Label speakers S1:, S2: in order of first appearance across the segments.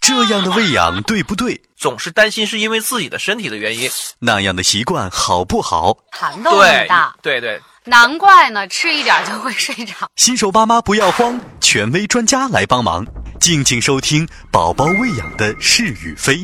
S1: 这样的喂养对不对？
S2: 总是担心是因为自己的身体的原因。
S1: 那样的习惯好不好？
S3: 涵斗很
S2: 对
S3: 大，，
S2: 对对，
S3: 难怪呢，吃一点就会睡着。
S1: 新手爸妈不要慌，权威专家来帮忙。敬请收听《宝宝喂养的是与非》。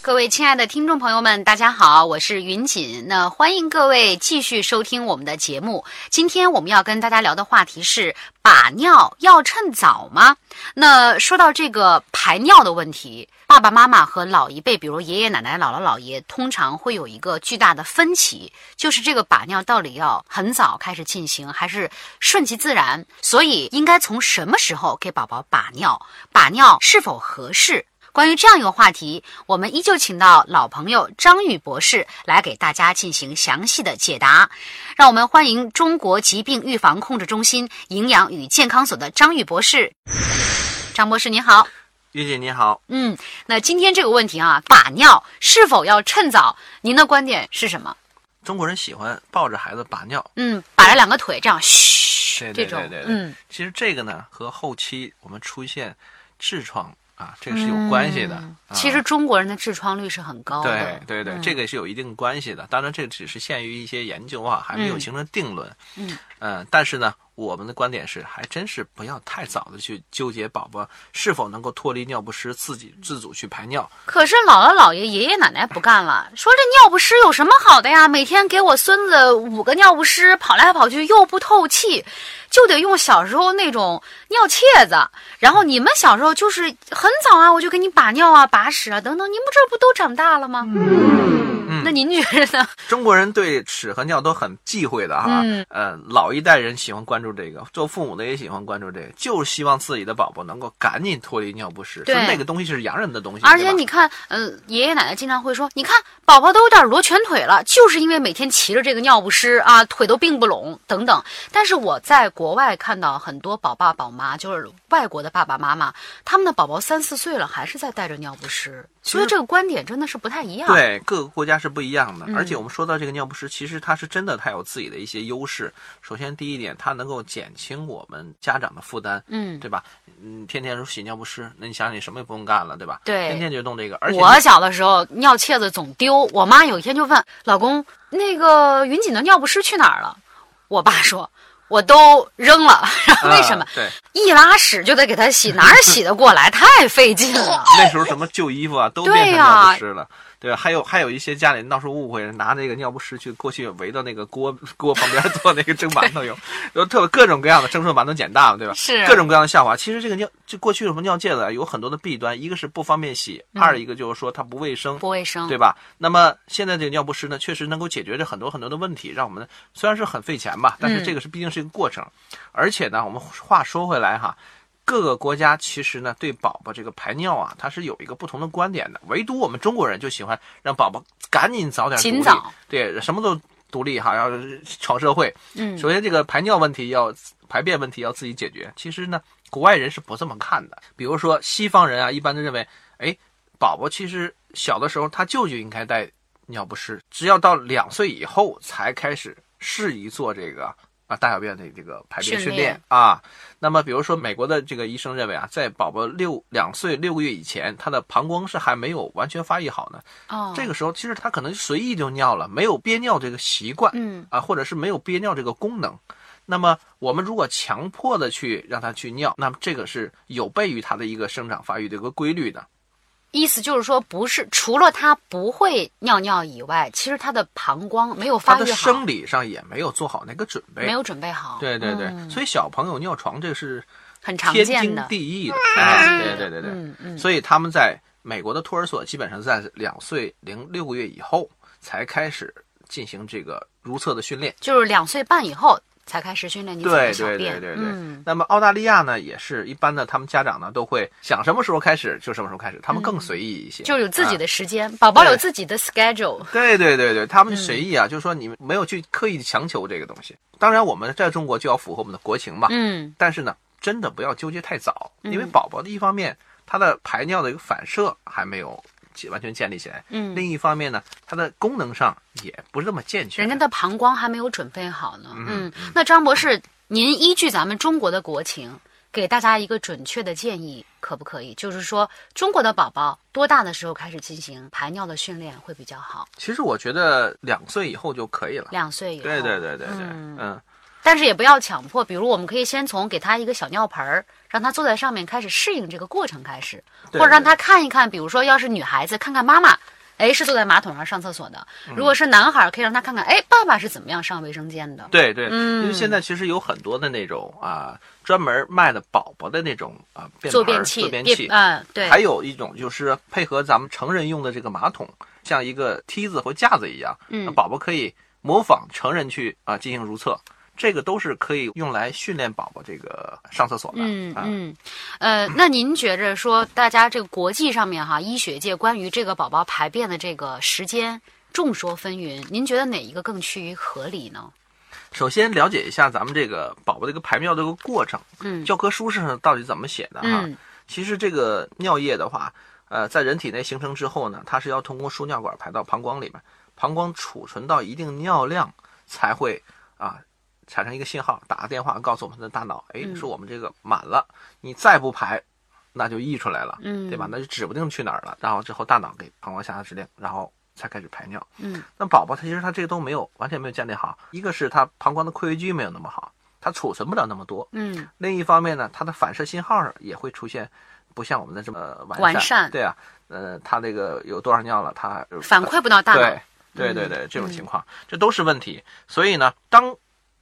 S3: 各位亲爱的听众朋友们，大家好，我是云锦。那欢迎各位继续收听我们的节目。今天我们要跟大家聊的话题是：把尿要趁早吗？那说到这个排尿的问题，爸爸妈妈和老一辈，比如爷爷奶奶、姥姥姥爷，通常会有一个巨大的分歧，就是这个把尿到底要很早开始进行，还是顺其自然？所以应该从什么时候给宝宝把尿？把尿是否合适？关于这样一个话题，我们依旧请到老朋友张宇博士来给大家进行详细的解答。让我们欢迎中国疾病预防控制中心营养与健康所的张宇博士。张博士您好，
S2: 玉姐你好，
S3: 嗯，那今天这个问题啊，把尿是否要趁早？您的观点是什么？
S2: 中国人喜欢抱着孩子把尿，
S3: 嗯，摆着两个腿这样，嘘，
S2: 对对
S3: 这种
S2: 对对，对
S3: 嗯，
S2: 其实这个呢和后期我们出现痔疮啊，这个是有关系的。啊
S3: 嗯其实中国人的痔疮率是很高
S2: 对
S3: 的，
S2: 对对，
S3: 嗯
S2: 这个是有一定关系的。当然，这只是限于一些研究啊，还没有
S3: 嗯
S2: 形成定论。
S3: 嗯
S2: 呃但是呢，我们的观点是，还真是不要太早的去纠结宝宝是否能够脱离尿不湿，自己自主去排尿。
S3: 可是姥姥姥爷、爷爷奶奶不干了，说这尿不湿有什么好的呀？每天给我孙子五个尿不湿，跑来跑去又不透气，就得用小时候那种尿楔子。然后你们小时候就是很早啊，我就给你把尿啊、把屎啊等等，你们这不都长大了吗？
S2: 嗯
S3: 那您觉得呢？
S2: 中国人对屎和尿都很忌讳的哈。
S3: 嗯
S2: 呃，老一代人喜欢关注这个，做父母的也喜欢关注这个，就是希望自己的宝宝能够赶紧脱离尿不湿。
S3: 对
S2: 说那个东西是洋人的东西，
S3: 而
S2: 对
S3: 且
S2: 吧
S3: 你看，嗯、爷爷奶奶经常会说，你看宝宝都有点罗圈腿了，就是因为每天骑着这个尿不湿啊，腿都并不拢等等。但是我在国外看到很多宝爸宝妈，就是外国的爸爸妈妈，他们的宝宝三四岁了还是在带着尿不湿，所以这个观点真的是不太一样。，
S2: 对，各个国家是不一样的。
S3: 嗯
S2: 而且我们说到这个尿不湿，其实它是真的，它有自己的一些优势。首先，第一点，它能够减轻我们家长的负担，
S3: 嗯，
S2: 对吧？嗯，天天说洗尿不湿，那你想想你什么也不用干了，对吧？
S3: 对
S2: 天天就弄这个，而且
S3: 我小的时候尿楔子总丢，我妈有一天就问老公，那个云锦的尿不湿去哪儿了？我爸说。我都扔了， 然后
S2: 啊
S3: 为什么？
S2: 对，
S3: 一拉屎就得给他洗，哪儿洗得过来？太费劲了。
S2: 那时候什么旧衣服啊，都
S3: 对
S2: 变成
S3: 呀
S2: 尿不湿了。对吧，还有还有一些家里闹出误会，拿那个尿不湿去过去围到那个锅锅旁边做那个蒸馒头用，然后特各种各样的蒸出馒头碱大了，对吧？
S3: 是
S2: 各种各样的笑话。其实这个尿，就过去有什么尿介子啊，有很多的弊端，一个是不方便洗，二一个就是说它不卫生，
S3: 嗯不卫生。
S2: 对吧？那么现在这个尿不湿呢，确实能够解决这很多很多的问题，让我们虽然是很费钱吧，但是这个是毕竟是一个过程。而且呢，我们话说回来哈，各个国家其实呢对宝宝这个排尿啊，它是有一个不同的观点的。唯独我们中国人就喜欢让宝宝赶紧早点独
S3: 尽
S2: 立
S3: 早，
S2: 对，什么都独立哈，要闯社会。
S3: 嗯，
S2: 首先，这个排尿问题要排便问题要自己解决。其实呢，国外人是不这么看的。比如说西方人啊，一般都认为，哎，宝宝其实小的时候他就就应该带尿不湿，只要到两岁以后才开始适宜做这个啊大小便的这个排便
S3: 训
S2: 训
S3: 练
S2: 练啊。那么，比如说美国的这个医生认为啊，在宝宝六两岁六个月以前，他的膀胱是还没有完全发育好呢，
S3: 哦，
S2: 这个时候其实他可能随意就尿了，没有憋尿这个习惯。
S3: 嗯
S2: 啊，或者是没有憋尿这个功能。那么我们如果强迫的去让它去尿，那么这个是有悖于它的一个生长发育的一个规律的。
S3: 意思就是说，不是除了他不会尿尿以外，其实他的膀胱没有
S2: 它
S3: 发
S2: 的
S3: 育好，
S2: 生理上也没有做好那个准备。
S3: 没有准备好。
S2: 对对对，
S3: 嗯
S2: 所以小朋友尿床这是
S3: 很常
S2: 天
S3: 见
S2: 经
S3: 的。
S2: 地义的。啊，对对对对。
S3: 嗯嗯，
S2: 所以他们在美国的托儿所基本上在两岁零六个月以后才开始进行这个如厕的训练。
S3: 就是两岁半以后才开始训练你怎么
S2: 对
S3: 小
S2: 对
S3: 便。
S2: 对对对。
S3: 嗯
S2: 那么澳大利亚呢，也是一般的，他们家长呢都会想什么时候开始就什么时候开始，他们更随意一些，
S3: 嗯就是有自己
S2: 的。
S3: 的时间，宝宝有
S2: 啊对
S3: 自己的 schedule。
S2: 对对对对，他们
S3: 嗯
S2: 随意啊，就是说你没有去刻意强求这个东西。当然，我们在中国就要符合我们的国情嘛。
S3: 嗯
S2: 但是呢，真的不要纠结太早，
S3: 嗯
S2: 因为宝宝的一方面他的排尿的一个反射还没有建完全建立起来，
S3: 嗯，
S2: 另一方面呢，他的功能上也不是那么健全。啊
S3: 人家的膀胱还没有准备好呢。
S2: 嗯
S3: 嗯，那张博士，您依据咱们中国的国情，给大家一个准确的建议，可不可以？就是说，中国的宝宝多大的时候开始进行排尿的训练会比较好？
S2: 其实我觉得两岁以后就可以了。
S3: 两岁以后，
S2: 对对对对对，嗯，
S3: 但是也不要强迫，比如我们可以先从给他一个小尿盆儿，让他坐在上面开始适应这个过程开始，
S2: 对
S3: 或者让他看一看，比如说要是女孩子看看妈妈，哎是坐在马桶上上厕所的，
S2: 嗯
S3: 如果是男孩儿可以让他看看，哎爸爸是怎么样上卫生间的，
S2: 对对，
S3: 嗯
S2: 因为现在其实有很多的那种啊，专门卖的宝宝的那种啊便
S3: 坐
S2: 盘儿
S3: 便器，
S2: 坐便
S3: 也
S2: 器，
S3: 嗯对，
S2: 还有一种就是配合咱们成人用的这个马桶，像一个梯子或架子一样，
S3: 嗯
S2: 宝宝可以模仿成人去啊、进行如厕，这个都是可以用来训练宝宝这个上厕所的。
S3: 嗯
S2: 啊、
S3: 嗯，呃，那您觉着说，大家这个国际上面哈，医学界关于这个宝宝排便的这个时间众说纷纭，您觉得哪一个更趋于合理呢？
S2: 首先了解一下咱们这个宝宝这个排尿这个过程，
S3: 嗯
S2: 教科书上到底怎么写的啊哈？
S3: 嗯
S2: 其实这个尿液的话，呃，在人体内形成之后呢，它是要通过输尿管排到膀胱里面，膀胱储存到一定尿量才会啊产生一个信号，打个电话告诉我们的大脑，哎，
S3: 嗯
S2: 说我们这个满了，你再不排，那就溢出来了，
S3: 嗯，
S2: 对吧？？那就指不定去哪儿了。然后之后大脑给膀胱下达指令，然后才开始排尿。
S3: 嗯
S2: 那宝宝他其实他这个都没有完全没有建立好，一个是他膀胱的括约肌没有那么好，他储存不了那么多，
S3: 嗯
S2: 另一方面呢，它的反射信号也会出现不像我们的这么呃完善。
S3: 完善
S2: 对啊，呃，它这个有多少尿了，它呃
S3: 反馈不到大脑
S2: 对。对对
S3: 嗯
S2: 对，这种
S3: 嗯
S2: 情况，这都是问题。所以呢，当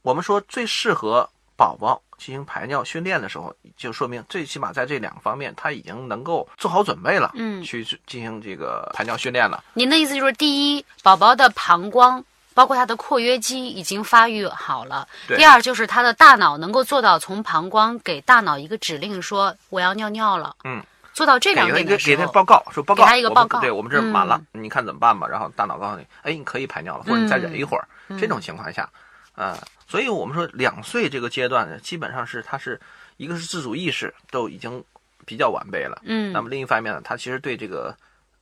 S2: 我们说最适合宝宝进行排尿训练的时候，就说明最起码在这两个方面，他已经能够做好准备了，
S3: 嗯
S2: 去进行这个排尿训练了。
S3: 您的意思就是，第一，宝宝的膀胱。包括他的括约肌已经发育好了。
S2: 对
S3: 第二就是他的大脑能够做到从膀胱给大脑一个指令，说我要尿尿了。
S2: 嗯，
S3: 做到这两
S2: 给他一
S3: 点
S2: 个
S3: 的
S2: 给
S3: 时候，
S2: 他报告，说报
S3: 给
S2: 告，
S3: 他一个
S2: 我
S3: 报
S2: 们
S3: 告嗯
S2: 对我们这儿满了，你看怎么办吧。然后大脑告诉你，哎，你可以排尿了，或者你再忍
S3: 嗯
S2: 一会儿。这种情况下，呃，所以我们说两岁这个阶段呢，基本上是他是一个是自主意识都已经比较完备了，
S3: 嗯
S2: 那么另一方面呢，他其实对这个。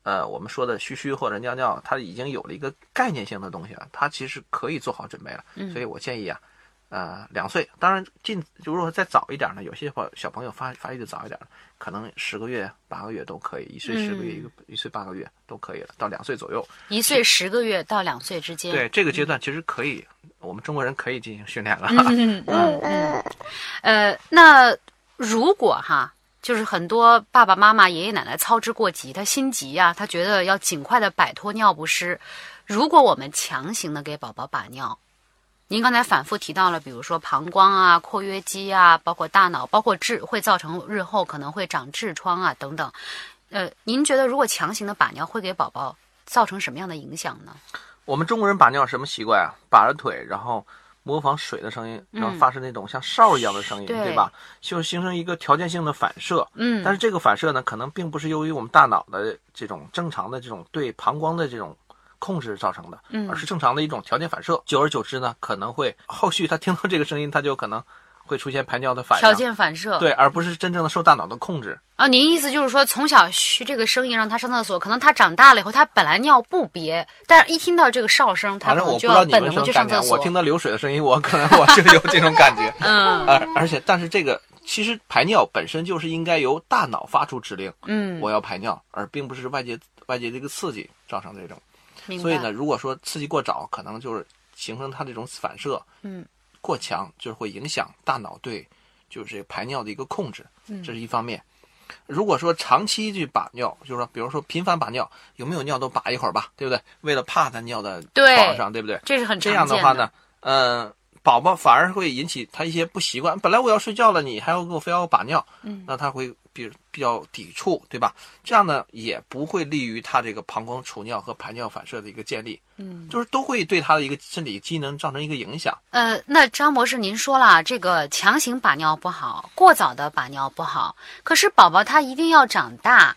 S2: 呃，我们说的嘘嘘或者尿尿，他已经有了一个概念性的东西了，他其实可以做好准备了。所以我建议啊，呃，两岁，当然进，如果再早一点呢，有些小小朋友发发育的早一点，可能十个月、八个月都可以，一岁十个月、一个一岁八个月都可以了，到两岁左右。
S3: 一岁十个月到两岁之间。
S2: 对这个阶段，其实可以，我们中国人可以进行训练了。
S3: 嗯呃，那如果哈，就是很多爸爸妈妈、爷爷奶奶操之过急，他心急呀、他觉得要尽快的摆脱尿不湿。如果我们强行的给宝宝把尿，您刚才反复提到了，比如说膀胱啊、括约肌啊，包括大脑，包括痔，会造成日后可能会长痔疮啊等等。呃，您觉得如果强行的把尿会给宝宝造成什么样的影响呢？
S2: 我们中国人把尿什么习惯啊？把着腿，然后模仿水的声音，
S3: 嗯
S2: 然后发出那种像哨一样的声音，
S3: 对
S2: 对吧？就形成一个条件性的反射。
S3: 嗯
S2: 但是这个反射呢，可能并不是由于我们大脑的这种正常的这种对膀胱的这种控制造成的，
S3: 嗯
S2: 而是正常的一种条件反射。久而久之呢，可能会后续他听到这个声音，他就可能会出现排尿的反应，
S3: 条件反射。
S2: 对，而不是真正的受大脑的控制。
S3: 啊，您意思就是说，从小嘘这个声音让他上厕所，可能他长大了以后，他本来尿不憋，但是一听到这个哨声，他
S2: 反正我不
S3: 可能
S2: 知
S3: 就
S2: 道
S3: 要
S2: 你
S3: 本
S2: 们
S3: 能
S2: 什
S3: 的
S2: 么
S3: 去
S2: 感
S3: 上
S2: 觉
S3: 厕，
S2: 我
S3: 所。
S2: 听到流水的声音，我可能我就有这种感觉。
S3: 嗯
S2: 而而且，但是这个其实排尿本身就是应该由大脑发出指令，
S3: 嗯，
S2: 我要排尿，而并不是外界外界这个刺激造成这种。
S3: 明白。
S2: 所以呢，，如果说刺激过早，可能就是形成它这种反射，
S3: 嗯，
S2: 过强，就是会影响大脑对就是排尿的一个控制，
S3: 嗯
S2: 这是一方面。如果说长期去把尿，就是说，比如说频繁把尿，有没有尿都把一会儿吧，对不对？为了怕它尿在
S3: 对
S2: 床上，对不对？
S3: 这是很常
S2: 这
S3: 见
S2: 样的话，呢，呃，宝宝反而会引起他一些不习惯。本来我要睡觉了，你还要给我非要把尿，
S3: 嗯
S2: 那他会比比较抵触，对吧？这样呢，也不会利于他这个膀胱储尿和排尿反射的一个建立，
S3: 嗯，
S2: 就是都会对他的一个身体机能造成一个影响。
S3: 呃，那张博士，您说了，啊这个强行把尿不好，过早的把尿不好，可是宝宝他一定要长大，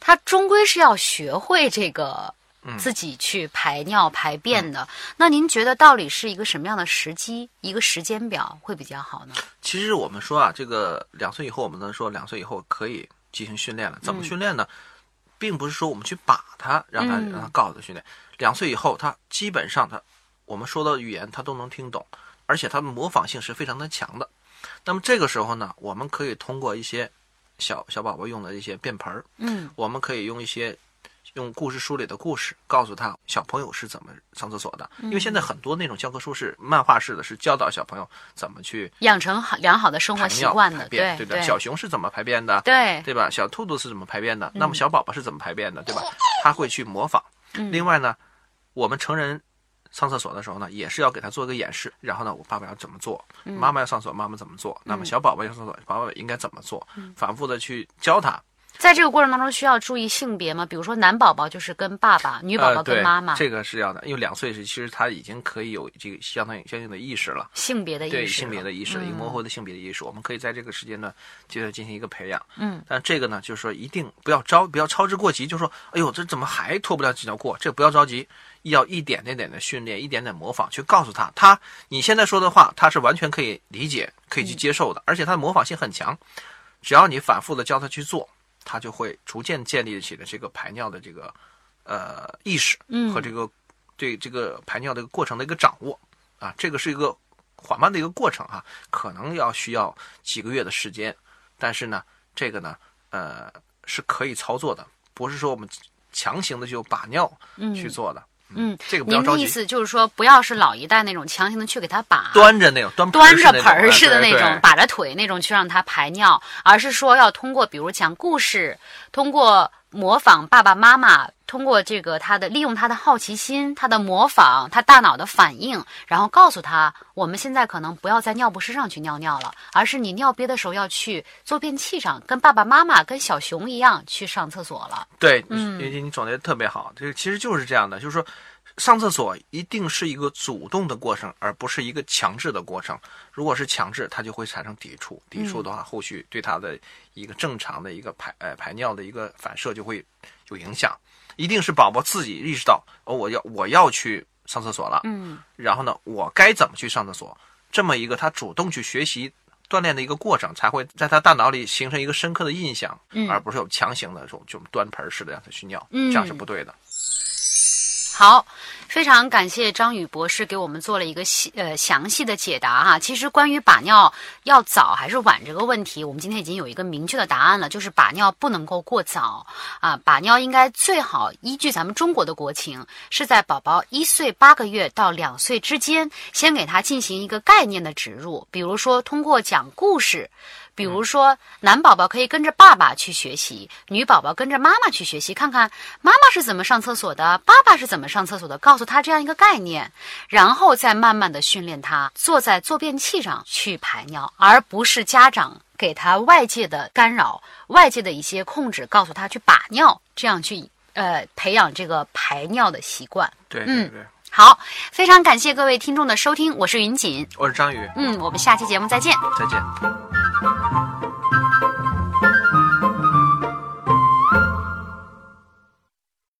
S3: 他终归是要学会这个。
S2: 嗯
S3: 自己去排尿排便的，那您觉得到底是一个什么样的时机、一个时间表会比较好呢？
S2: 其实我们说啊，这个两岁以后，我们能说两岁以后可以进行训练了。怎么训练呢？并不是说我们去把他，让他
S3: 嗯
S2: 让他告诉他训练。两岁以后，他基本上他我们说到语言，他都能听懂，而且他的模仿性是非常的强的。那么这个时候呢，我们可以通过一些小小宝宝用的一些便盆儿，
S3: 嗯
S2: 我们可以用一些用故事书里的故事告诉他小朋友是怎么上厕所的，因为现在很多那种教科书是漫画式的，是教导小朋友怎么去
S3: 养成好良好的生活
S2: 排
S3: 习
S2: 尿、
S3: 惯
S2: 排
S3: 的，
S2: 便，
S3: 对
S2: 不对？小熊是怎么排便的，
S3: 对嗯
S2: 对吧？小兔兔是怎么排便的？那么小宝宝是怎么排便的，对吧？他会去模仿。另外呢，我们成人上厕所的时候呢，也是要给他做一个演示。然后呢，我爸爸要怎么做，
S3: 嗯
S2: 妈妈要上厕所，妈妈怎么做？那么小宝宝要上厕所，宝宝应该怎么做？
S3: 嗯
S2: 反复的去教他。
S3: 在这个过程当中需要注意性别吗？比如说男宝宝就是跟爸爸，女宝
S2: 呃，
S3: 宝
S2: 对，
S3: 跟妈妈，
S2: 这个是要的，因为两岁时其实他已经可以有这个相当于相应的意识了。
S3: 性别的意识
S2: 对
S3: 了，
S2: 性别的意识，一个
S3: 嗯
S2: 模糊的性别的意识，我们可以在这个时间段阶段进行一个培养。嗯，但这个呢，就是说一定不要着，不要操之过急，就说，哎呦，这怎么还脱不了几条过？这不要着急，要一点点点的训练，一点点模仿，去告诉他，他你现在说的话，他是完全可以理解、可以
S3: 嗯
S2: 去接受的，而且他的模仿性很强，只要你反复的教他去做，他就会逐渐建立起了这个排尿的这个呃意识
S3: 嗯
S2: 和这个、对这个排尿的一个过程的一个掌握啊，这个是一个缓慢的一个过程啊，可能要需要几个月的时间，但是呢，这个呢，呃，是可以操作的，不是说我们强行的就把尿去做的，
S3: 嗯，
S2: 这个不要
S3: 您的
S2: 着
S3: 意
S2: 急，
S3: 思就是说，不要是老一代那种强行的去给他把。
S2: 端着那种端
S3: 端
S2: 盆
S3: 着盆儿
S2: 式
S3: 似的
S2: 那
S3: 那
S2: 种啊，对
S3: 种，把着腿那种去让他排尿，而是说要通过比如讲故事，通过模仿爸爸妈妈，通过这个他的利用他的好奇心，他的模仿，他大脑的反应，然后告诉他，我们现在可能不要在尿不湿上去尿尿了，而是你尿憋的时候要去坐便器上，跟爸爸妈妈跟小熊一样去上厕所了。
S2: 对，云你总结的特别好，这个其实就是这样的，就是说，上厕所一定是一个主动的过程，而不是一个强制的过程。如果是强制，它就会产生抵触，抵触的话，后续对它的一个正常的一个排呃排尿的一个反射就会有影响。一定是宝宝自己意识到，哦，我要我要去上厕所了，
S3: 嗯
S2: 然后呢，我该怎么去上厕所？这么一个他主动去学习锻炼的一个过程，才会在他大脑里形成一个深刻的印象，
S3: 嗯
S2: 而不是有强行的这种这种端盆式的让他去尿，
S3: 嗯
S2: 这样是不对的。
S3: 好，非常感谢张宇博士给我们做了一个细呃详细的解答哈、其实关于把尿要早还是晚这个问题，我们今天已经有一个明确的答案了，就是把尿不能够过早啊，把尿应该最好依据咱们中国的国情，是在宝宝一岁八个月到两岁之间，先给他进行一个概念的植入，比如说通过讲故事。比如说，男宝宝可以跟着爸爸去学习，女宝宝跟着妈妈去学习，看看妈妈是怎么上厕所的，爸爸是怎么上厕所的，告诉他这样一个概念，然后再慢慢的训练他坐在坐便器上去排尿，而不是家长给他外界的干扰、外界的一些控制，告诉他去把尿，这样去呃培养这个排尿的习惯。
S2: 对对
S3: 嗯
S2: 对，
S3: 好，非常感谢各位听众的收听，我是云锦，
S2: 我是张宇，
S3: 嗯，我们下期节目再见。
S2: 再见。